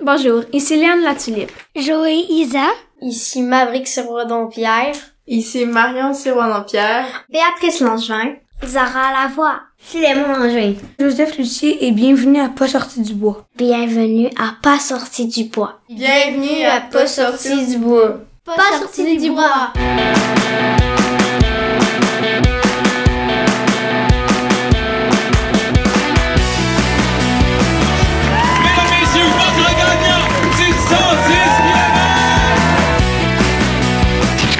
Bonjour, ici Léane Latulippe. Joé Isa. Ici Maverick Sirois-Dompierre. Ici Marion Sirois-Dompierre. Béatrice Langevin. Zara Lavoie. Philémon Langevin. Joseph Lucier et bienvenue à Pas sorti du bois. Bienvenue à Pas sorti du bois. Bienvenue à Pas sorti du bois. Pas, pas sorti, sorti du, du bois. bois.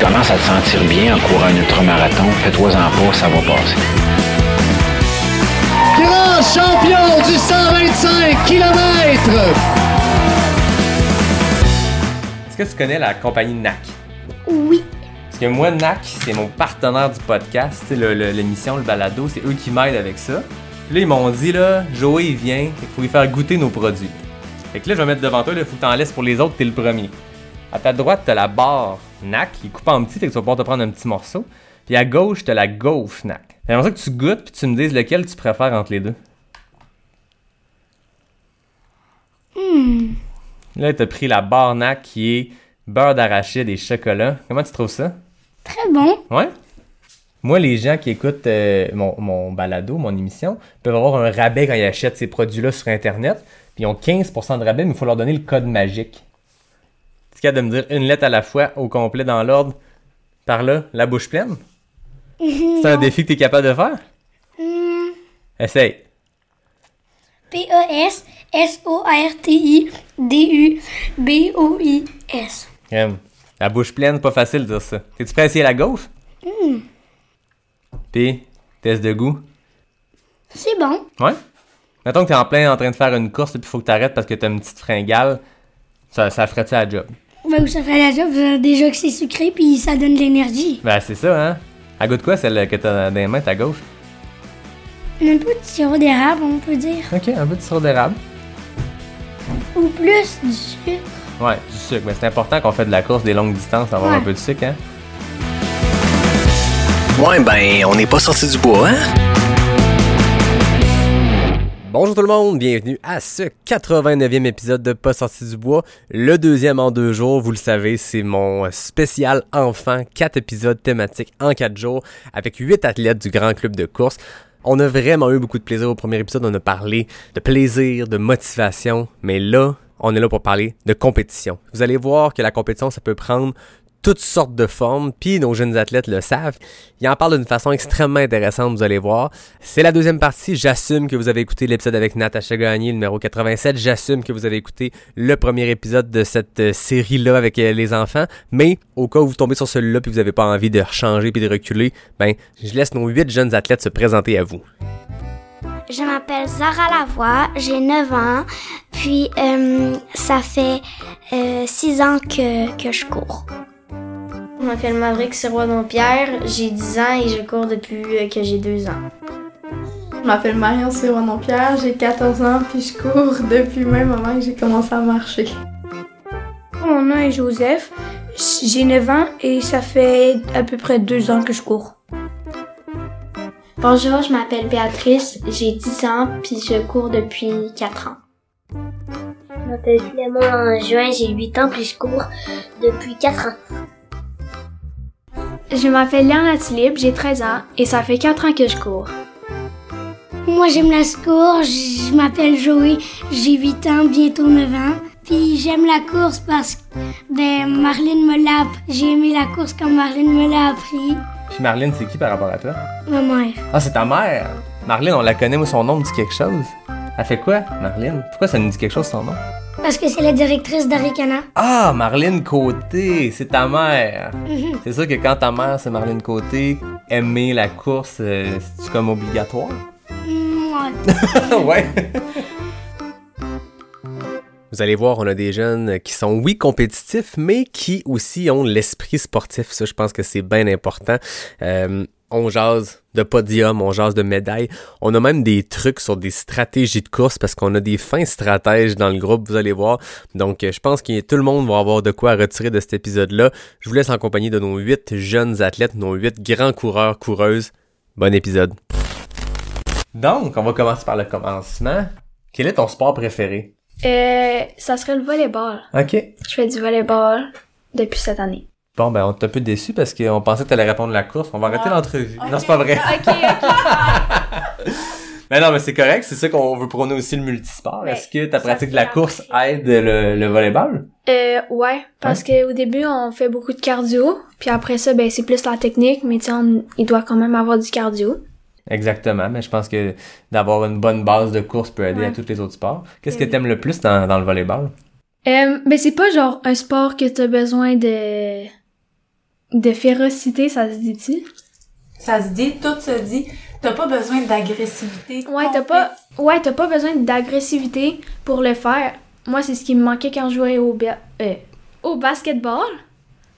commences à te sentir bien en courant un ultramarathon, fais-toi-en pas, ça va passer. Grand champion du 125 km! Est-ce que tu connais la compagnie NAC? Oui. Parce que moi, NAC, c'est mon partenaire du podcast, l'émission, le, le, le, balado, c'est eux qui m'aident avec ça. Puis là, ils m'ont dit, là, Joey, il vient, il faut lui faire goûter nos produits. Fait que là, je vais mettre devant toi, il faut que t'en laisses pour les autres, t'es le premier. À ta droite, t'as la barre NAC, qui est coupée en petit, fait que tu vas pouvoir te prendre un petit morceau. Puis à gauche, t'as la gaufre NAC. J'aimerais ça que tu goûtes, puis tu me dises lequel tu préfères entre les deux. Mm. Là, t'as pris la barre NAC, qui est beurre d'arachide et chocolat. Comment tu trouves ça? Très bon. Ouais? Moi, les gens qui écoutent euh, mon, mon balado, mon émission, peuvent avoir un rabais quand ils achètent ces produits-là sur Internet. Puis ils ont 15% de rabais, mais il faut leur donner le code magique de me dire une lettre à la fois au complet dans l'ordre par là, la bouche pleine? C'est un défi que tu es capable de faire? Mm. Essaye. P-E-S-S-O-R-T-I-D-U-B-O-I-S. Hum. La bouche pleine, pas facile de dire ça. T'es-tu prêt à essayer la gauche? Mm. Puis, test de goût. C'est bon. Ouais? Mettons que t'es en plein en train de faire une course, puis faut que t'arrêtes parce que t'as une petite fringale. Ça, ça ferait-tu la job? Ben, ça ferait la job. Déjà que c'est sucré, puis ça donne de l'énergie. Ben, c'est ça, hein? À goût de quoi, celle que t'as dans les mains, ta gauche? Un peu de sirop d'érable, on peut dire. OK, un peu de sirop d'érable. Ou plus du sucre. Ouais, du sucre. Mais c'est important qu'on fait de la course des longues distances, avoir ouais. un peu de sucre, hein? Ouais, ben, on n'est pas sorti du bois, hein? Bonjour tout le monde, bienvenue à ce 89e épisode de Pas sorti du bois, le deuxième en deux jours, vous le savez, c'est mon spécial enfant, quatre épisodes thématiques en quatre jours, avec huit athlètes du grand club de course. On a vraiment eu beaucoup de plaisir au premier épisode, on a parlé de plaisir, de motivation, mais là, on est là pour parler de compétition. Vous allez voir que la compétition, ça peut prendre toutes sortes de formes, puis nos jeunes athlètes le savent. Ils en parlent d'une façon extrêmement intéressante, vous allez voir. C'est la deuxième partie. J'assume que vous avez écouté l'épisode avec Natacha Gagné, le numéro 87. J'assume que vous avez écouté le premier épisode de cette euh, série-là avec les enfants. Mais au cas où vous tombez sur celui-là puis vous n'avez pas envie de rechanger puis de reculer, ben, je laisse nos huit jeunes athlètes se présenter à vous. Je m'appelle Zara Lavoie, j'ai 9 ans, puis euh, ça fait euh, 6 ans que, que je cours. Je m'appelle Maverick Sirois Dompierre, j'ai 10 ans et je cours depuis que j'ai 2 ans. Je m'appelle Marion Sirois Dompierre, j'ai 14 ans puis je cours depuis le même moment que j'ai commencé à marcher. Mon nom est Joseph, j'ai 9 ans et ça fait à peu près 2 ans que je cours. Bonjour, je m'appelle Béatrice, j'ai 10 ans puis je cours depuis 4 ans. Je m'appelle Philemon en juin, j'ai 8 ans puis je cours depuis 4 ans. Je m'appelle Léon Latilib, j'ai 13 ans et ça fait 4 ans que je cours. Moi j'aime la course, je m'appelle Joey, j'ai 8 ans, bientôt 9 ans. Puis j'aime la course parce que ben, Marlène me l'a J'ai aimé la course quand Marlène me l'a appris. Puis Marlène, c'est qui par rapport à toi? Ma mère. Ah, c'est ta mère? Marlène, on la connaît, moi son nom me dit quelque chose. Elle fait quoi, Marlène? Pourquoi ça nous dit quelque chose son nom? Parce que c'est la directrice d'Aricana. Ah, Marlène Côté, c'est ta mère. Mm -hmm. C'est sûr que quand ta mère, c'est Marlène Côté, aimer la course, euh, c'est comme obligatoire? Mm, ouais. ouais. Vous allez voir, on a des jeunes qui sont, oui, compétitifs, mais qui aussi ont l'esprit sportif. Ça, je pense que c'est bien important. Euh, on jase de podium, on jase de médailles. On a même des trucs sur des stratégies de course parce qu'on a des fins stratèges dans le groupe, vous allez voir. Donc, euh, je pense que tout le monde va avoir de quoi à retirer de cet épisode-là. Je vous laisse en compagnie de nos huit jeunes athlètes, nos huit grands coureurs, coureuses. Bon épisode. Donc, on va commencer par le commencement. Quel est ton sport préféré? Euh, ça serait le volleyball. OK. Je fais du volleyball depuis cette année. Bon, ben, on est un peu déçus parce qu'on pensait que t'allais répondre la course. On va arrêter l'entrevue. Non, c'est pas vrai. Ah. OK, Ah, OK. Mais non, mais c'est correct. C'est ça qu'on veut prôner aussi le multisport. Ouais, Est-ce que ta Ben, ça pratique de fait la la course aide le, le volleyball? Euh, ouais, parce qu'au début, on fait beaucoup de cardio, puis après ça, ben, c'est plus la technique, mais tu sais, on- il doit quand même avoir du cardio. Exactement. Mais je pense que d'avoir une bonne base de course peut aider Ouais. à tous les autres sports. Qu'est-ce que Oui. t'aimes le plus dans, dans le volleyball? Euh, ben, c'est pas genre un sport que t'as besoin de... de férocité, ça se dit-tu? Ça se dit, tout se dit. T'as pas besoin d'agressivité. Ouais, t'as pas, ouais, t'as pas besoin d'agressivité pour le faire. Moi, c'est ce qui me manquait quand je jouais au, ba- euh, au basketball.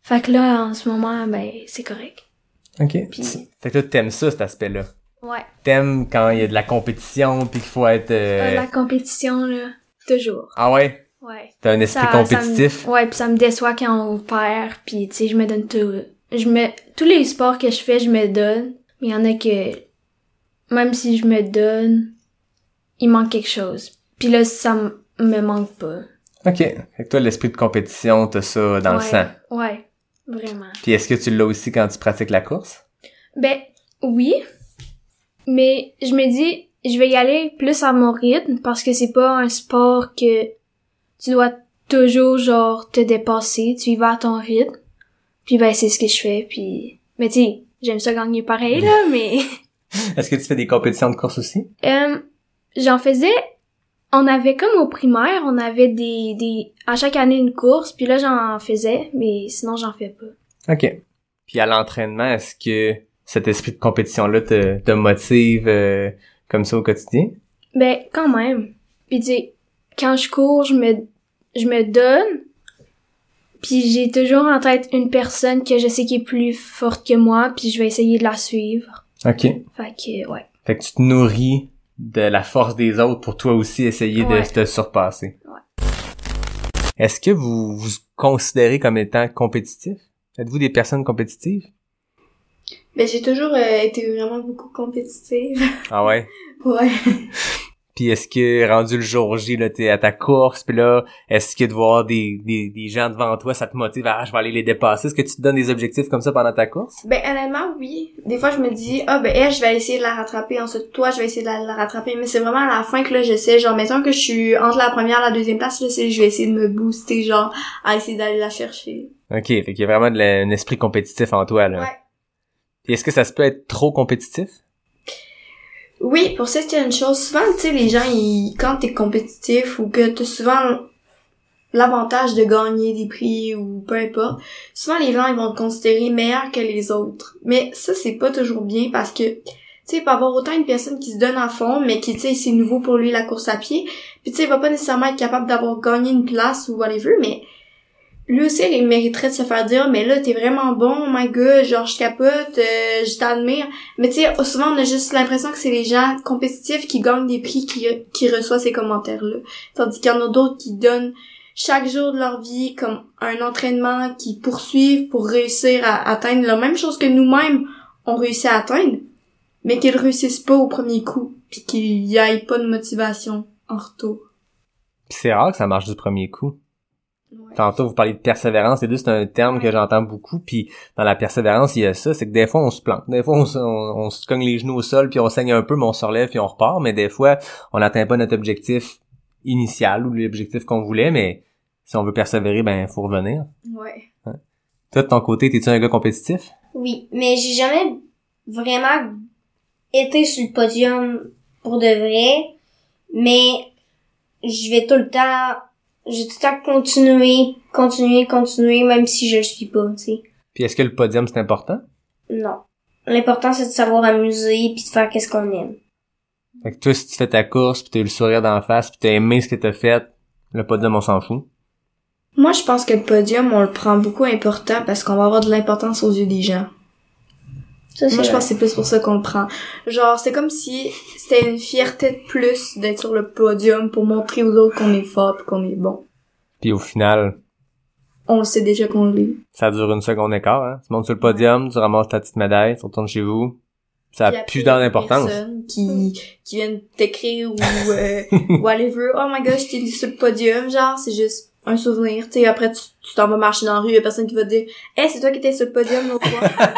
Fait que là, en ce moment, ben, c'est correct. OK. Fait que toi, t'aimes ça, cet aspect-là. Ouais. T'aimes quand il y a de la compétition puis qu'il faut être... euh, Euh, La compétition, là, toujours. Ah ouais? Ouais. T'as un esprit Ça- ça me- compétitif? ouais, puis ça me déçoit quand on perd, puis tu sais, je me donne tout. Je me, tous les sports que je fais, je me donne, mais il y en a que, même si je me donne, il manque quelque chose. Puis là, ça m- me manque pas. OK. Fait que toi, l'esprit de compétition, t'as ça dans le Ouais, sang. Ouais, vraiment. Puis est-ce que tu l'as aussi quand tu pratiques la course? Ben, oui, mais je me dis, je vais y aller plus à mon rythme parce que c'est pas un sport que tu dois toujours, genre, te dépasser. Tu y vas à ton rythme. Puis ben, c'est ce que je fais, puis... Mais tu sais, j'aime ça gagner pareil, là, mais... Est-ce que tu fais des compétitions de course aussi? Euh, j'en faisais... On avait comme au primaire, on avait des, des... À chaque année, une course, puis là, j'en faisais, mais sinon, j'en fais pas. OK. Puis à l'entraînement, est-ce que cet esprit de compétition-là te, te motive euh, comme ça au quotidien? Ben, quand même. Puis tu sais, quand je cours, je me, je me donne. Puis j'ai toujours en tête une personne que je sais qui est plus forte que moi, puis je vais essayer de la suivre. OK. Fait que, ouais. Fait que tu te nourris de la force des autres pour toi aussi essayer Ouais. de te surpasser. Est-ce que vous vous considérez comme étant compétitif? Êtes-vous des personnes compétitives? Ben, j'ai toujours euh, été vraiment beaucoup compétitive. Ah ouais? ouais. Puis est-ce que rendu le jour J, là, t'es à ta course, puis là, est-ce que de voir des, des, des gens devant toi, ça te motive à ah, je vais aller les dépasser? Est-ce que tu te donnes des objectifs comme ça pendant ta course? Ben, honnêtement, oui. Des fois, je me dis, ah, ben, elle, je vais essayer de la rattraper. Ensuite, toi, je vais essayer de la, la rattraper. Mais c'est vraiment à la fin que là, j'essaie. Genre, mettons que je suis entre la première et la deuxième place, là, c'est- je vais essayer de me booster, genre, à essayer d'aller la chercher. Ok, fait qu'il y a vraiment de la- un esprit compétitif en toi, là. Ouais. Puis est-ce que ça se peut être trop compétitif? Oui, pour ça, c'est une chose. Souvent, tu sais, les gens, ils, quand t'es compétitif ou que t'as souvent l'avantage de gagner des prix ou peu importe, souvent les gens, ils vont te considérer meilleur que les autres. Mais ça, c'est pas toujours bien parce que, tu sais, il peut y avoir autant une personne qui se donne à fond, mais qui, tu sais, c'est nouveau pour lui la course à pied, puis tu sais, il va pas nécessairement être capable d'avoir gagné une place ou whatever, mais lui aussi, il mériterait de se faire dire, mais là, t'es vraiment bon, oh my god, genre, je capote, euh, je t'admire. Mais tu sais, souvent, on a juste l'impression que c'est les gens compétitifs qui gagnent des prix qui, qui reçoivent ces commentaires-là. Tandis qu'il y en a d'autres qui donnent chaque jour de leur vie comme un entraînement, qui poursuivent pour réussir à atteindre la même chose que nous-mêmes, on réussit à atteindre, mais qu'ils réussissent pas au premier coup, puis qu'il y ait pas de motivation en retour. Puis c'est rare que ça marche du premier coup. Tantôt, vous parlez de persévérance, et deux, c'est un terme que j'entends beaucoup, puis dans la persévérance, il y a ça, c'est que des fois, on se plante. Des fois, on, se- on- on se cogne les genoux au sol, puis on saigne un peu, mais on se relève, puis on repart, mais des fois, on n'atteint pas notre objectif initial ou l'objectif qu'on voulait, mais si on veut persévérer, ben, faut revenir. Ouais. Toi, de ton côté, t'es-tu un gars compétitif? Oui, mais j'ai jamais vraiment été sur le podium pour de vrai, mais je vais tout le temps, j'ai tout le temps continuer, continuer, continuer, même si je le suis pas, tu sais. Puis est-ce que le podium, c'est important? Non. L'important, c'est de savoir amuser puis de faire qu'est-ce qu'on aime. Fait que toi, si tu fais ta course, puis t'as eu le sourire d'en face, puis t'as aimé ce que t'as fait, le podium, on s'en fout. Moi, je pense que le podium, on le prend beaucoup important parce qu'on va avoir de l'importance aux yeux des gens. Ça, c'est Moi, je vrai. pense que c'est plus pour ça qu'on le prend. Genre, c'est comme si c'était une fierté de plus d'être sur le podium pour montrer aux autres qu'on est fort pis qu'on est bon. Puis au final, On le sait déjà qu'on l'est. ça dure une seconde et quart, hein. Tu montes sur le podium, tu ramasses ta petite médaille, tu retournes chez vous, Ça a plus dans l'importance. » Qui, qui viennent t'écrire ou euh, whatever. Oh my gosh, t'es sur le podium, genre, c'est juste un souvenir. Tu sais, après, tu tu t'en vas marcher dans la rue, y a personne qui va te dire « Hey, c'est toi qui étais sur le podium l'autre fois!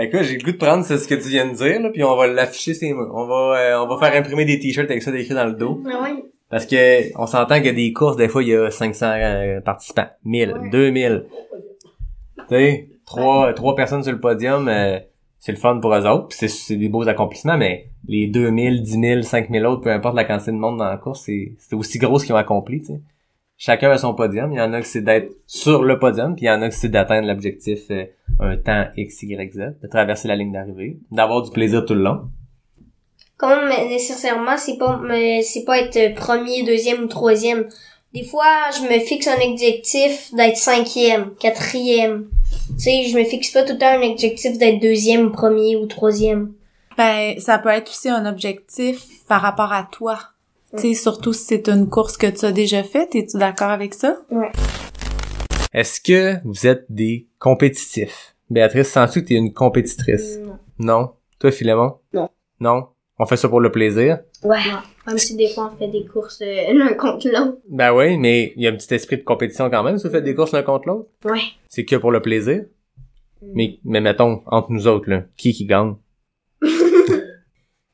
Écoute, j'ai le goût de prendre ce que tu viens de dire, là, puis on va l'afficher c'est On va, euh, on va faire imprimer des t-shirts avec ça décrit dans le dos. Mais oui. Parce que on s'entend que des courses, des fois, il y a 500 euh, participants. 1000, 2000. Tu sais, trois, trois personnes sur le podium, euh, c'est le fun pour eux autres, puis c'est, c'est des beaux accomplissements, mais les 2000, 10 000, 5000 autres, peu importe la quantité de monde dans la course, c'est, c'est aussi gros ce qu'ils ont accompli, tu sais chacun a son podium. Il y en a que c'est d'être sur le podium, puis il y en a que c'est d'atteindre l'objectif euh, un temps X, Y, Z, de traverser la ligne d'arrivée, d'avoir du plaisir tout le long. Comme nécessairement, c'est pas mais c'est pas être premier, deuxième ou troisième. Des fois, je me fixe un objectif d'être cinquième, quatrième. Tu sais, je me fixe pas tout le temps un objectif d'être deuxième, premier ou troisième. Ben, ça peut être aussi un objectif par rapport à toi. T'sais, surtout si c'est une course que tu as déjà faite, es-tu d'accord avec ça? Ouais. Est-ce que vous êtes des compétitifs? Béatrice, sens-tu que t'es une compétitrice? Non. Non? Toi, Philemon? Non. Non? On fait ça pour le plaisir? Ouais. Même si des fois on fait des courses euh, l'un contre l'autre. Ben oui, mais il y a un petit esprit de compétition quand même si vous faites des courses l'un contre l'autre? Ouais. C'est que pour le plaisir? Mm. Mais, mais mettons, entre nous autres, là, qui qui gagne?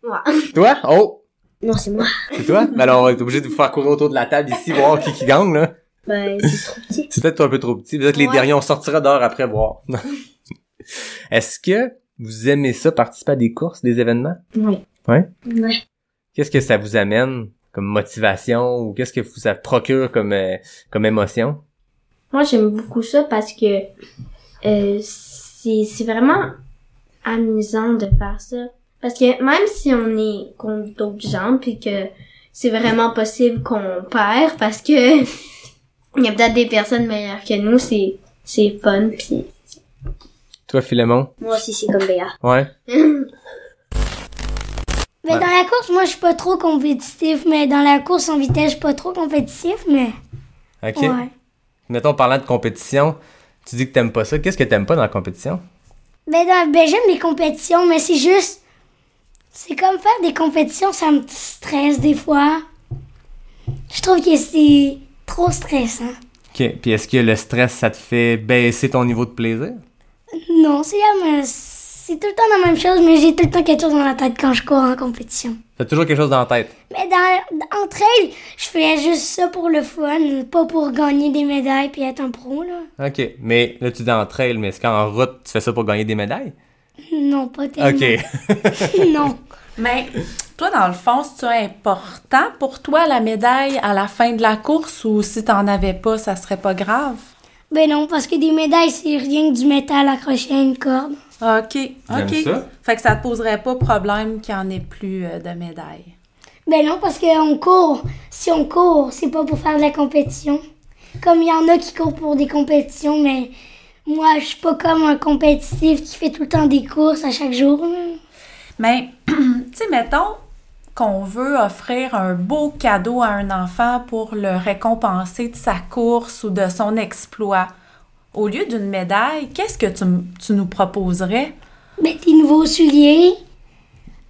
Moi. Toi? Oh! Non, c'est moi. C'est toi? Ben alors, on va être obligé de vous faire courir autour de la table ici, voir qui qui gagne, là. Ben, c'est trop petit. C'est peut-être un peu trop petit. Peut-être que les Ouais. derniers, on sortira dehors après voir. Est-ce que vous aimez ça, participer à des courses, des événements? Oui. Ouais? Ouais. Qu'est-ce que ça vous amène comme motivation ou qu'est-ce que vous- ça procure comme, euh, comme émotion? Moi, j'aime beaucoup ça parce que euh, c'est c'est vraiment amusant de faire ça. Parce que même si on est contre d'autres gens, puis que c'est vraiment possible qu'on perd, parce que il y a peut-être des personnes meilleures que nous, c'est c'est fun. Puis Toi, Philemon? moi aussi, c'est comme Béa. Ouais? Mais Ouais. dans la course, moi, je suis pas trop compétitif, mais dans la course en vitesse, je suis pas trop compétitif, mais. OK. Ouais. Mettons, parlant de compétition, tu dis que t'aimes pas ça. Qu'est-ce que t'aimes pas dans la compétition? Mais dans, ben, j'aime les compétitions, mais c'est juste. C'est comme faire des compétitions, ça me stresse des fois. Je trouve que c'est trop stressant. OK. Puis est-ce que le stress, ça te fait baisser ton niveau de plaisir? Non, c'est comme, euh, c'est tout le temps la même chose, mais j'ai tout le temps quelque chose dans la tête quand je cours en compétition. T'as toujours quelque chose dans la tête. Mais dans, en trail, je fais juste ça pour le fun, pas pour gagner des médailles puis être un pro, là. OK. Mais là, tu dis en trail, mais est-ce qu'en route, tu fais ça pour gagner des médailles? Non, pas tellement. OK. non. Mais toi, dans le fond, c'est important pour toi la médaille à la fin de la course ou si t'en avais pas, ça serait pas grave? Ben non, parce que des médailles, c'est rien que du métal accroché à une corde. OK, J'aime OK. ça. Fait que ça te poserait pas problème qu'il y en ait plus euh, de médailles. Ben non, parce qu'on court. Si on court, c'est pas pour faire de la compétition. Comme il y en a qui courent pour des compétitions, mais moi, je suis pas comme un compétitif qui fait tout le temps des courses à chaque jour. là. Mais, tu sais, mettons qu'on veut offrir un beau cadeau à un enfant pour le récompenser de sa course ou de son exploit. Au lieu d'une médaille, qu'est-ce que tu, m- tu nous proposerais? Ben, des nouveaux souliers.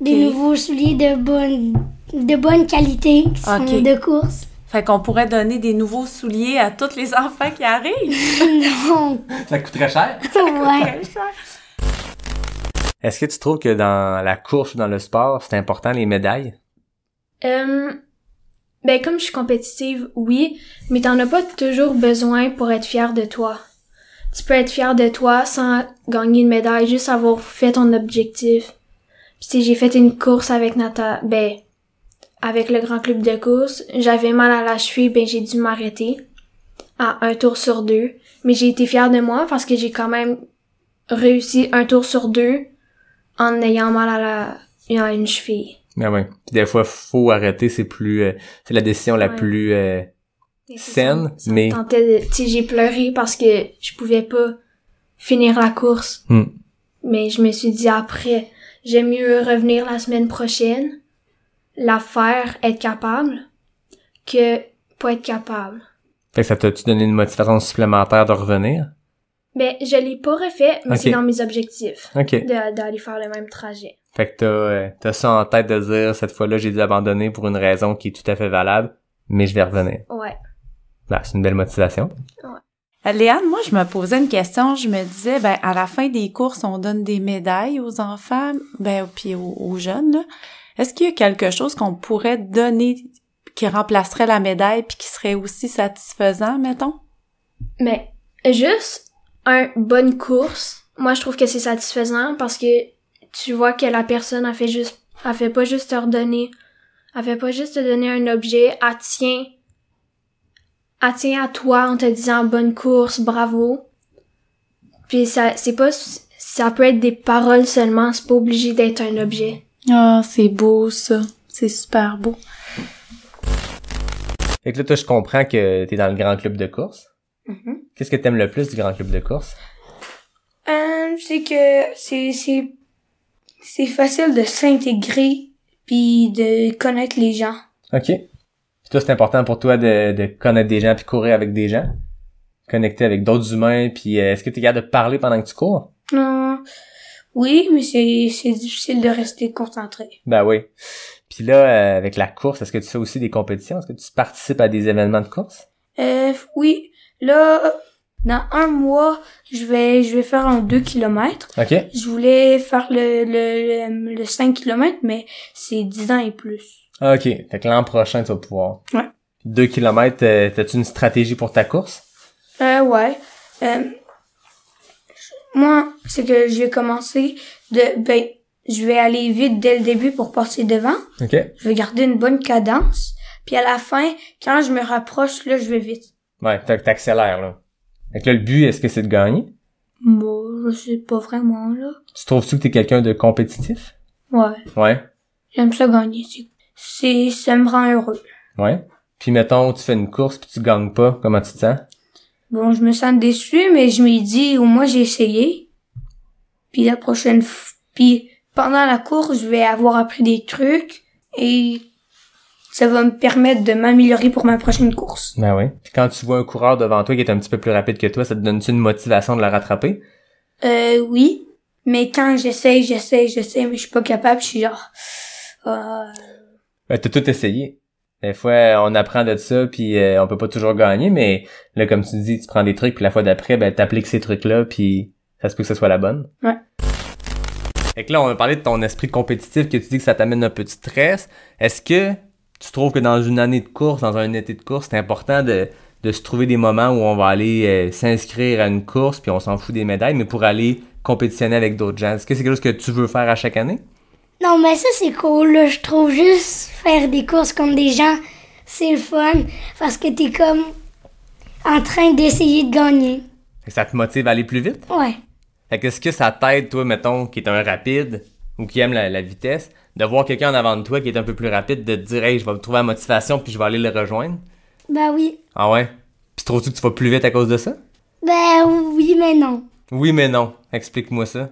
Des Ok. nouveaux souliers de bonne, de bonne qualité qui sont Ok. de course. Fait qu'on pourrait donner des nouveaux souliers à tous les enfants qui arrivent. non. Ça coûterait cher. ouais. Est-ce que tu trouves que dans la course ou dans le sport, c'est important les médailles? Euh, ben comme je suis compétitive, oui, mais t'en as pas toujours besoin pour être fier de toi. Tu peux être fier de toi sans gagner une médaille, juste avoir fait ton objectif. Puis tu sais, j'ai fait une course avec Nata, ben avec le grand club de course, j'avais mal à la cheville, ben j'ai dû m'arrêter à un tour sur deux, mais j'ai été fière de moi parce que j'ai quand même réussi un tour sur deux en ayant mal à la à une cheville. Ben oui. Puis des fois, faut arrêter, c'est plus, euh, c'est la décision la Ouais. plus euh, Mais c'est saine, mais tentais de... Tu sais, j'ai pleuré parce que je pouvais pas finir la course. Hmm. Mais je me suis dit après, j'aime mieux revenir la semaine prochaine, la faire, être capable, que pas être capable. fait que ça t'a-tu donné une motivation supplémentaire de revenir? Ben, je l'ai pas refait, mais Ok. c'est dans mes objectifs. Ok. de- D'aller faire le même trajet. Fait que t'as, euh, t'as ça en tête de dire, cette fois-là, j'ai dû abandonner pour une raison qui est tout à fait valable, mais je vais revenir. Ouais. Bah, c'est une belle motivation. Euh, Léane, moi, je me posais une question. Je me disais, ben, à la fin des courses, on donne des médailles aux enfants, ben, puis aux, aux jeunes. là. Est-ce qu'il y a quelque chose qu'on pourrait donner qui remplacerait la médaille puis qui serait aussi satisfaisant, mettons? Mais juste un bonne course, moi je trouve que c'est satisfaisant parce que tu vois que la personne a fait juste a fait pas juste te redonner elle fait pas juste te donner un objet, elle tient elle tient à toi en te disant bonne course, bravo. Puis ça c'est pas ça peut être des paroles seulement, c'est pas obligé d'être un objet. Ah, c'est beau, ça. C'est super beau. Fait que là, toi, je comprends que t'es dans le grand club de course. Qu'est-ce que t'aimes le plus du grand club de course? Euh, c'est que c'est c'est c'est facile de s'intégrer puis de connaître les gens. OK. Puis toi, c'est important pour toi de, de connaître des gens puis courir avec des gens. Connecter avec d'autres humains puis euh, est-ce que t'es capable de parler pendant que tu cours? Euh, oui, mais c'est c'est difficile de rester concentré. Ben oui. Puis là, euh, avec la course, est-ce que tu fais aussi des compétitions? Est-ce que tu participes à des événements de course? Euh, oui, là dans un mois, je vais je vais faire un 2 km. OK. Je voulais faire le le, le, le 5 km mais c'est 10 ans et plus. OK. Fait que l'an prochain, tu vas pouvoir. Ouais. Deux kilomètres, euh, t'as-tu une stratégie pour ta course? Euh, ouais. Euh, moi, c'est que je vais commencer de, ben, je vais aller vite dès le début pour passer devant. OK. Je vais garder une bonne cadence. Puis à la fin, quand je me rapproche, là, je vais vite. Ouais, fait que t'accélères, là. Fait que là, le but, est-ce que c'est de gagner? Bon, je sais pas vraiment, là. Tu trouves-tu que t'es quelqu'un de compétitif? Ouais. Ouais. J'aime ça gagner. c'est- C'est, ça me rend heureux. Ouais. Puis mettons, tu fais une course puis tu gagnes pas, comment tu te sens? Bon, je me sens déçu, mais je me dis, au moins, j'ai essayé. Puis la prochaine, f- puis pendant la course, je vais avoir appris des trucs et ça va me permettre de m'améliorer pour ma prochaine course. Ben oui. Puis quand tu vois un coureur devant toi qui est un petit peu plus rapide que toi, ça te donne-tu une motivation de le rattraper? Euh, oui. Mais quand j'essaye, j'essaye, j'essaye, mais je suis pas capable, je suis genre, euh, Ben, t'as tout essayé. Des fois, on apprend de ça puis euh, on peut pas toujours gagner, mais là, comme tu dis, tu prends des trucs puis la fois d'après, ben, t'appliques ces trucs-là puis ça se peut que ce soit la bonne. Ouais. Fait que là, on a parlé de ton esprit compétitif que tu dis que ça t'amène un peu de stress. Est-ce que tu trouves que dans une année de course, dans un été de course, c'est important de, de se trouver des moments où on va aller euh, s'inscrire à une course puis on s'en fout des médailles, mais pour aller compétitionner avec d'autres gens? Est-ce que c'est quelque chose que tu veux faire à chaque année? Non, mais ça, c'est cool. là. Je trouve juste faire des courses contre des gens, c'est le fun. Parce que t'es comme en train d'essayer de gagner. Fait que ça te motive à aller plus vite? Ouais. Fait que est-ce que ça t'aide, toi, mettons, qui est un rapide ou qui aime la, la vitesse, de voir quelqu'un en avant de toi qui est un peu plus rapide, de te dire, hey, je vais me trouver la motivation puis je vais aller le rejoindre? Ben oui. Ah ouais? Puis trouves-tu que tu vas plus vite à cause de ça? Ben oui, mais non. Oui, mais non. Explique-moi ça.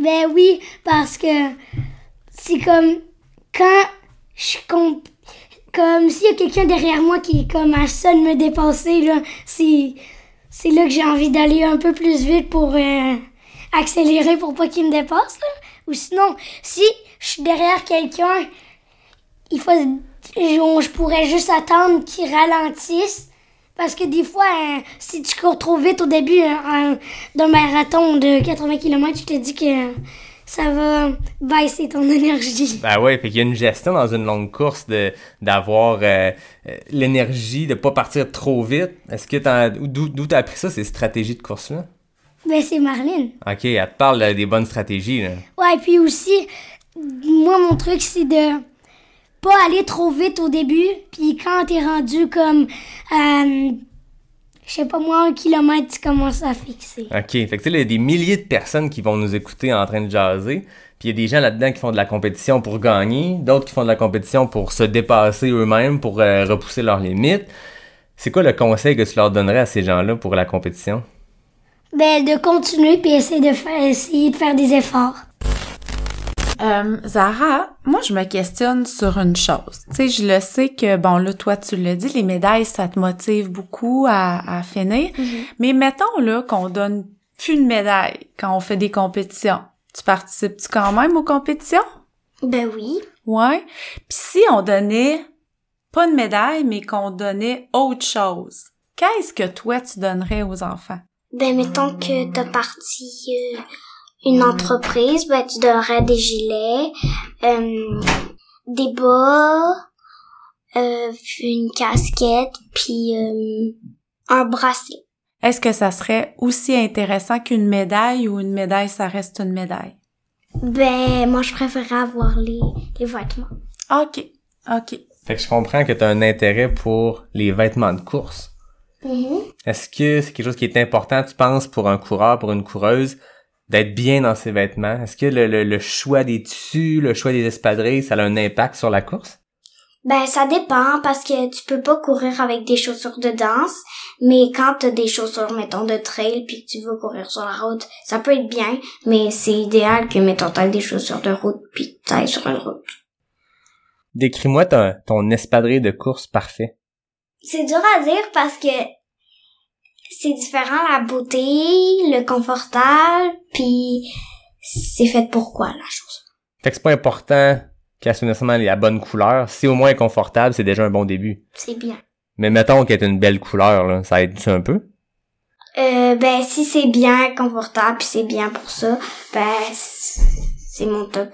Ben oui, parce que c'est comme quand je comp... Comme s'il y a quelqu'un derrière moi qui est comme à ça de me dépasser, là, c'est... C'est là que j'ai envie d'aller un peu plus vite pour euh, accélérer pour pas qu'il me dépasse, là. Ou sinon, si je suis derrière quelqu'un, il faut... Je je pourrais juste attendre qu'il ralentisse. Parce que des fois, hein, si tu cours trop vite au début hein, hein, d'un marathon de 80 km, je te dis que hein, ça va baisser ton énergie. Ben ouais, fait qu'il y a une gestion dans une longue course de d'avoir euh, euh, l'énergie, de pas partir trop vite. Est-ce que t'en- d'où d'où t'as appris ça, ces stratégies de course-là? Ben, c'est Marlene. Ok, elle te parle euh, des bonnes stratégies, là. Ouais, puis aussi, moi, mon truc, c'est de pas aller trop vite au début. Puis quand t'es rendu comme, euh, je sais pas moi, un kilomètre, tu commences à fixer. OK. Fait que tu sais, là, il y a des milliers de personnes qui vont nous écouter en train de jaser. Puis il y a des gens là-dedans qui font de la compétition pour gagner, d'autres qui font de la compétition pour se dépasser eux-mêmes, pour euh, repousser leurs limites. C'est quoi le conseil que tu leur donnerais à ces gens-là pour la compétition? Ben, de continuer puis essayer de faire, essayer de faire des efforts. Euh, Zara, moi, je me questionne sur une chose. Tu sais, je le sais que, bon, là, toi, tu le dis, les Mhm. médailles, ça te motive beaucoup à, à finir. Mais mettons, là, qu'on donne plus de médailles quand on fait des compétitions. Tu participes-tu quand même aux compétitions? Ben oui. Ouais. Puis si on donnait pas de médaille, mais qu'on donnait autre chose, qu'est-ce que toi tu donnerais aux enfants? Ben mettons que t'as parti euh, une entreprise, ben tu donnerais des gilets, euh, des bas, euh, une casquette, puis euh, un bracelet. Est-ce que ça serait aussi intéressant qu'une médaille ou une médaille, ça reste une médaille? Ben, moi, je préférais avoir les, les vêtements. OK. OK. Fait que je comprends que tu as un intérêt pour les vêtements de course. Mhm. Est-ce que c'est quelque chose qui est important, tu penses, pour un coureur, pour une coureuse, d'être bien dans ses vêtements? Est-ce que le, le- le choix des tissus, le choix des espadrilles, ça a un impact sur la course? Ben, ça dépend parce que tu peux pas courir avec des chaussures de danse, mais quand t'as des chaussures, mettons, de trail puis que tu veux courir sur la route, ça peut être bien, mais c'est idéal que, mettons, t'as des chaussures de route puis que t'ailles sur une route. Décris-moi ton, ton espadrille de course parfait. C'est dur à dire parce que c'est différent la beauté, le confortable puis c'est fait pour quoi, la chose. Fait que c'est pas important qu'elle soit nécessairement la bonne couleur. Si au moins elle est confortable, c'est déjà un bon début. C'est bien. Mais mettons qu'elle est une belle couleur, là, ça aide-tu un peu? Euh, ben, si c'est bien confortable puis c'est bien pour ça, ben, c'est c'est mon top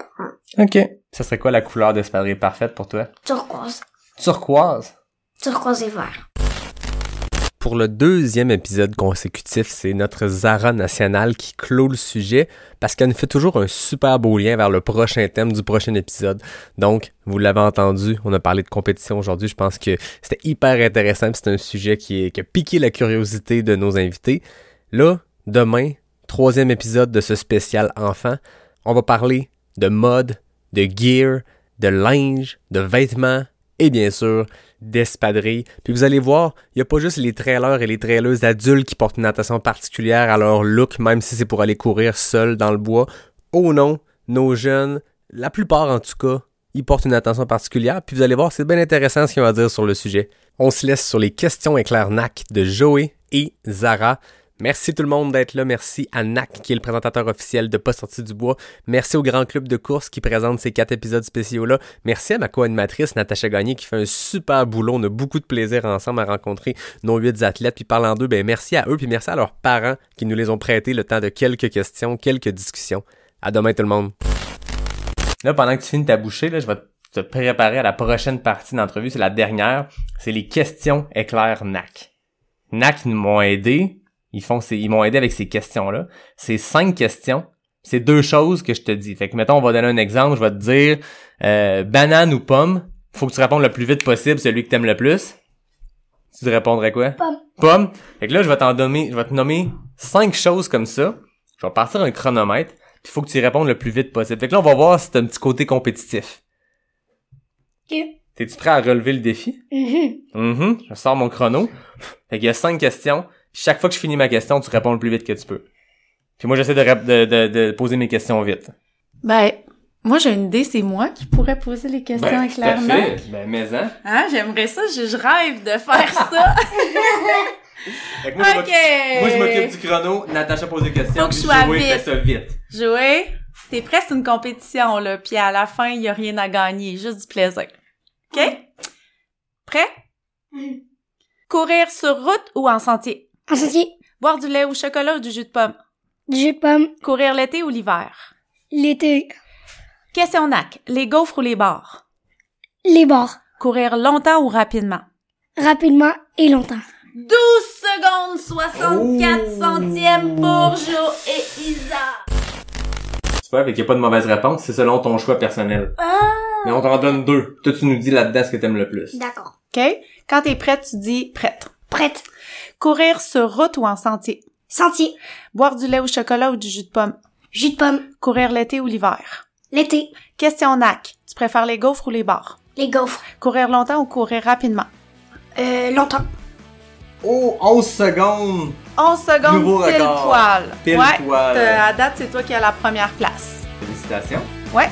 1. OK. Ça serait quoi la couleur d'espadrille parfaite pour toi? Turquoise. Turquoise. Turquoise et vert. Pour le deuxième épisode consécutif, c'est notre Zara nationale qui clôt le sujet parce qu'elle nous fait toujours un super beau lien vers le prochain thème du prochain épisode. Donc, vous l'avez entendu, on a parlé de compétition aujourd'hui. Je pense que c'était hyper intéressant. puis C'est un sujet qui, est- qui a piqué la curiosité de nos invités. Là, demain, troisième épisode de ce spécial enfant, on va parler de mode, de gear, de linge, de vêtements et bien sûr d'espadrilles. Puis vous allez voir, il n'y a pas juste les trailers et les traileuses adultes qui portent une attention particulière à leur look, même si c'est pour aller courir seul dans le bois. Oh non, nos jeunes, la plupart en tout cas, ils portent une attention particulière. Puis vous allez voir, c'est bien intéressant ce qu'ils ont à dire sur le sujet. On se laisse sur les questions éclair NAC de Joey et Zara. Merci tout le monde d'être là. Merci à NAC qui est le présentateur officiel de Pas sorti du bois. Merci au Grand Club de course qui présente ces quatre épisodes spéciaux-là. Merci à ma co-animatrice Natacha Gagné qui fait un super boulot. On a beaucoup de plaisir ensemble à rencontrer nos huit athlètes. Puis parlant d'eux, ben merci à eux puis merci à leurs parents qui nous les ont prêtés le temps de quelques questions, quelques discussions. À demain tout le monde. Là, pendant que tu finis ta bouchée, là, je vais te préparer à la prochaine partie d'entrevue. C'est la dernière. C'est les questions éclairs NAC. NAC nous m'ont aidé. Ils font ces- ils m'ont aidé avec ces questions-là. C'est cinq questions. C'est deux choses que je te dis. Fait que, mettons, on va donner un exemple. Je vais te dire, euh, banane ou pomme. Faut que tu répondes le plus vite possible celui que t'aimes le plus. Tu répondrais quoi? Pomme. Pomme. Fait que là, je vais t'en nommer, je vais te nommer cinq choses comme ça. Je vais partir un chronomètre. Puis faut que tu y répondes le plus vite possible. Fait que là, on va voir si t'as un petit côté compétitif. Ok. Mm-hmm. T'es-tu prêt à relever le défi? Mhm, je sors mon chrono. Fait qu'il y a cinq questions. Puis chaque fois que je finis ma question, tu réponds le plus vite que tu peux. Puis moi, j'essaie de, rép- de, de, de poser mes questions vite. Ben, moi j'ai une idée, c'est moi qui pourrais poser les questions Ben, tout à clairement. fait. Ben, mais hein. Hein, j'aimerais ça, je, je rêve de faire ça. Fait que moi, je Ok. m'occupe- moi, je m'occupe du chrono. Natasha pose des questions. Faut que je puis sois Joey vite. fait ça vite. Joey, t'es presque une compétition, là, puis à la fin, il y a rien à gagner, juste du plaisir. OK? Prêt? Courir sur route ou en sentier? En sentier. Boire du lait au chocolat ou du jus de pomme? Du jus de pomme. Courir l'été ou l'hiver? L'été. Question NAC. Les gaufres ou les bars? Les bords. Courir longtemps ou rapidement? Rapidement et longtemps. 12 secondes 64 centièmes pour Jo et Isa. Tu vois, fait qu'il n'y a pas de mauvaise réponse. C'est selon ton choix personnel. Ah. Mais on t'en donne deux. Toi, tu nous dis là-dedans ce que t'aimes le plus. D'accord. OK? Quand t'es prête, tu dis prête. Prête. Courir sur route ou en sentier? Sentier. Boire du lait au chocolat ou du jus de pomme? Jus de pomme. Courir l'été ou l'hiver? L'été. Question NAC. Tu préfères les gaufres ou les bars? Les gaufres. Courir longtemps ou courir rapidement? Euh, longtemps. Oh, 11 secondes! 11 secondes Nouveau pile record. poil. Pile ouais, euh, poil. t'as- À date, c'est toi qui as la première place. Félicitations. Ouais.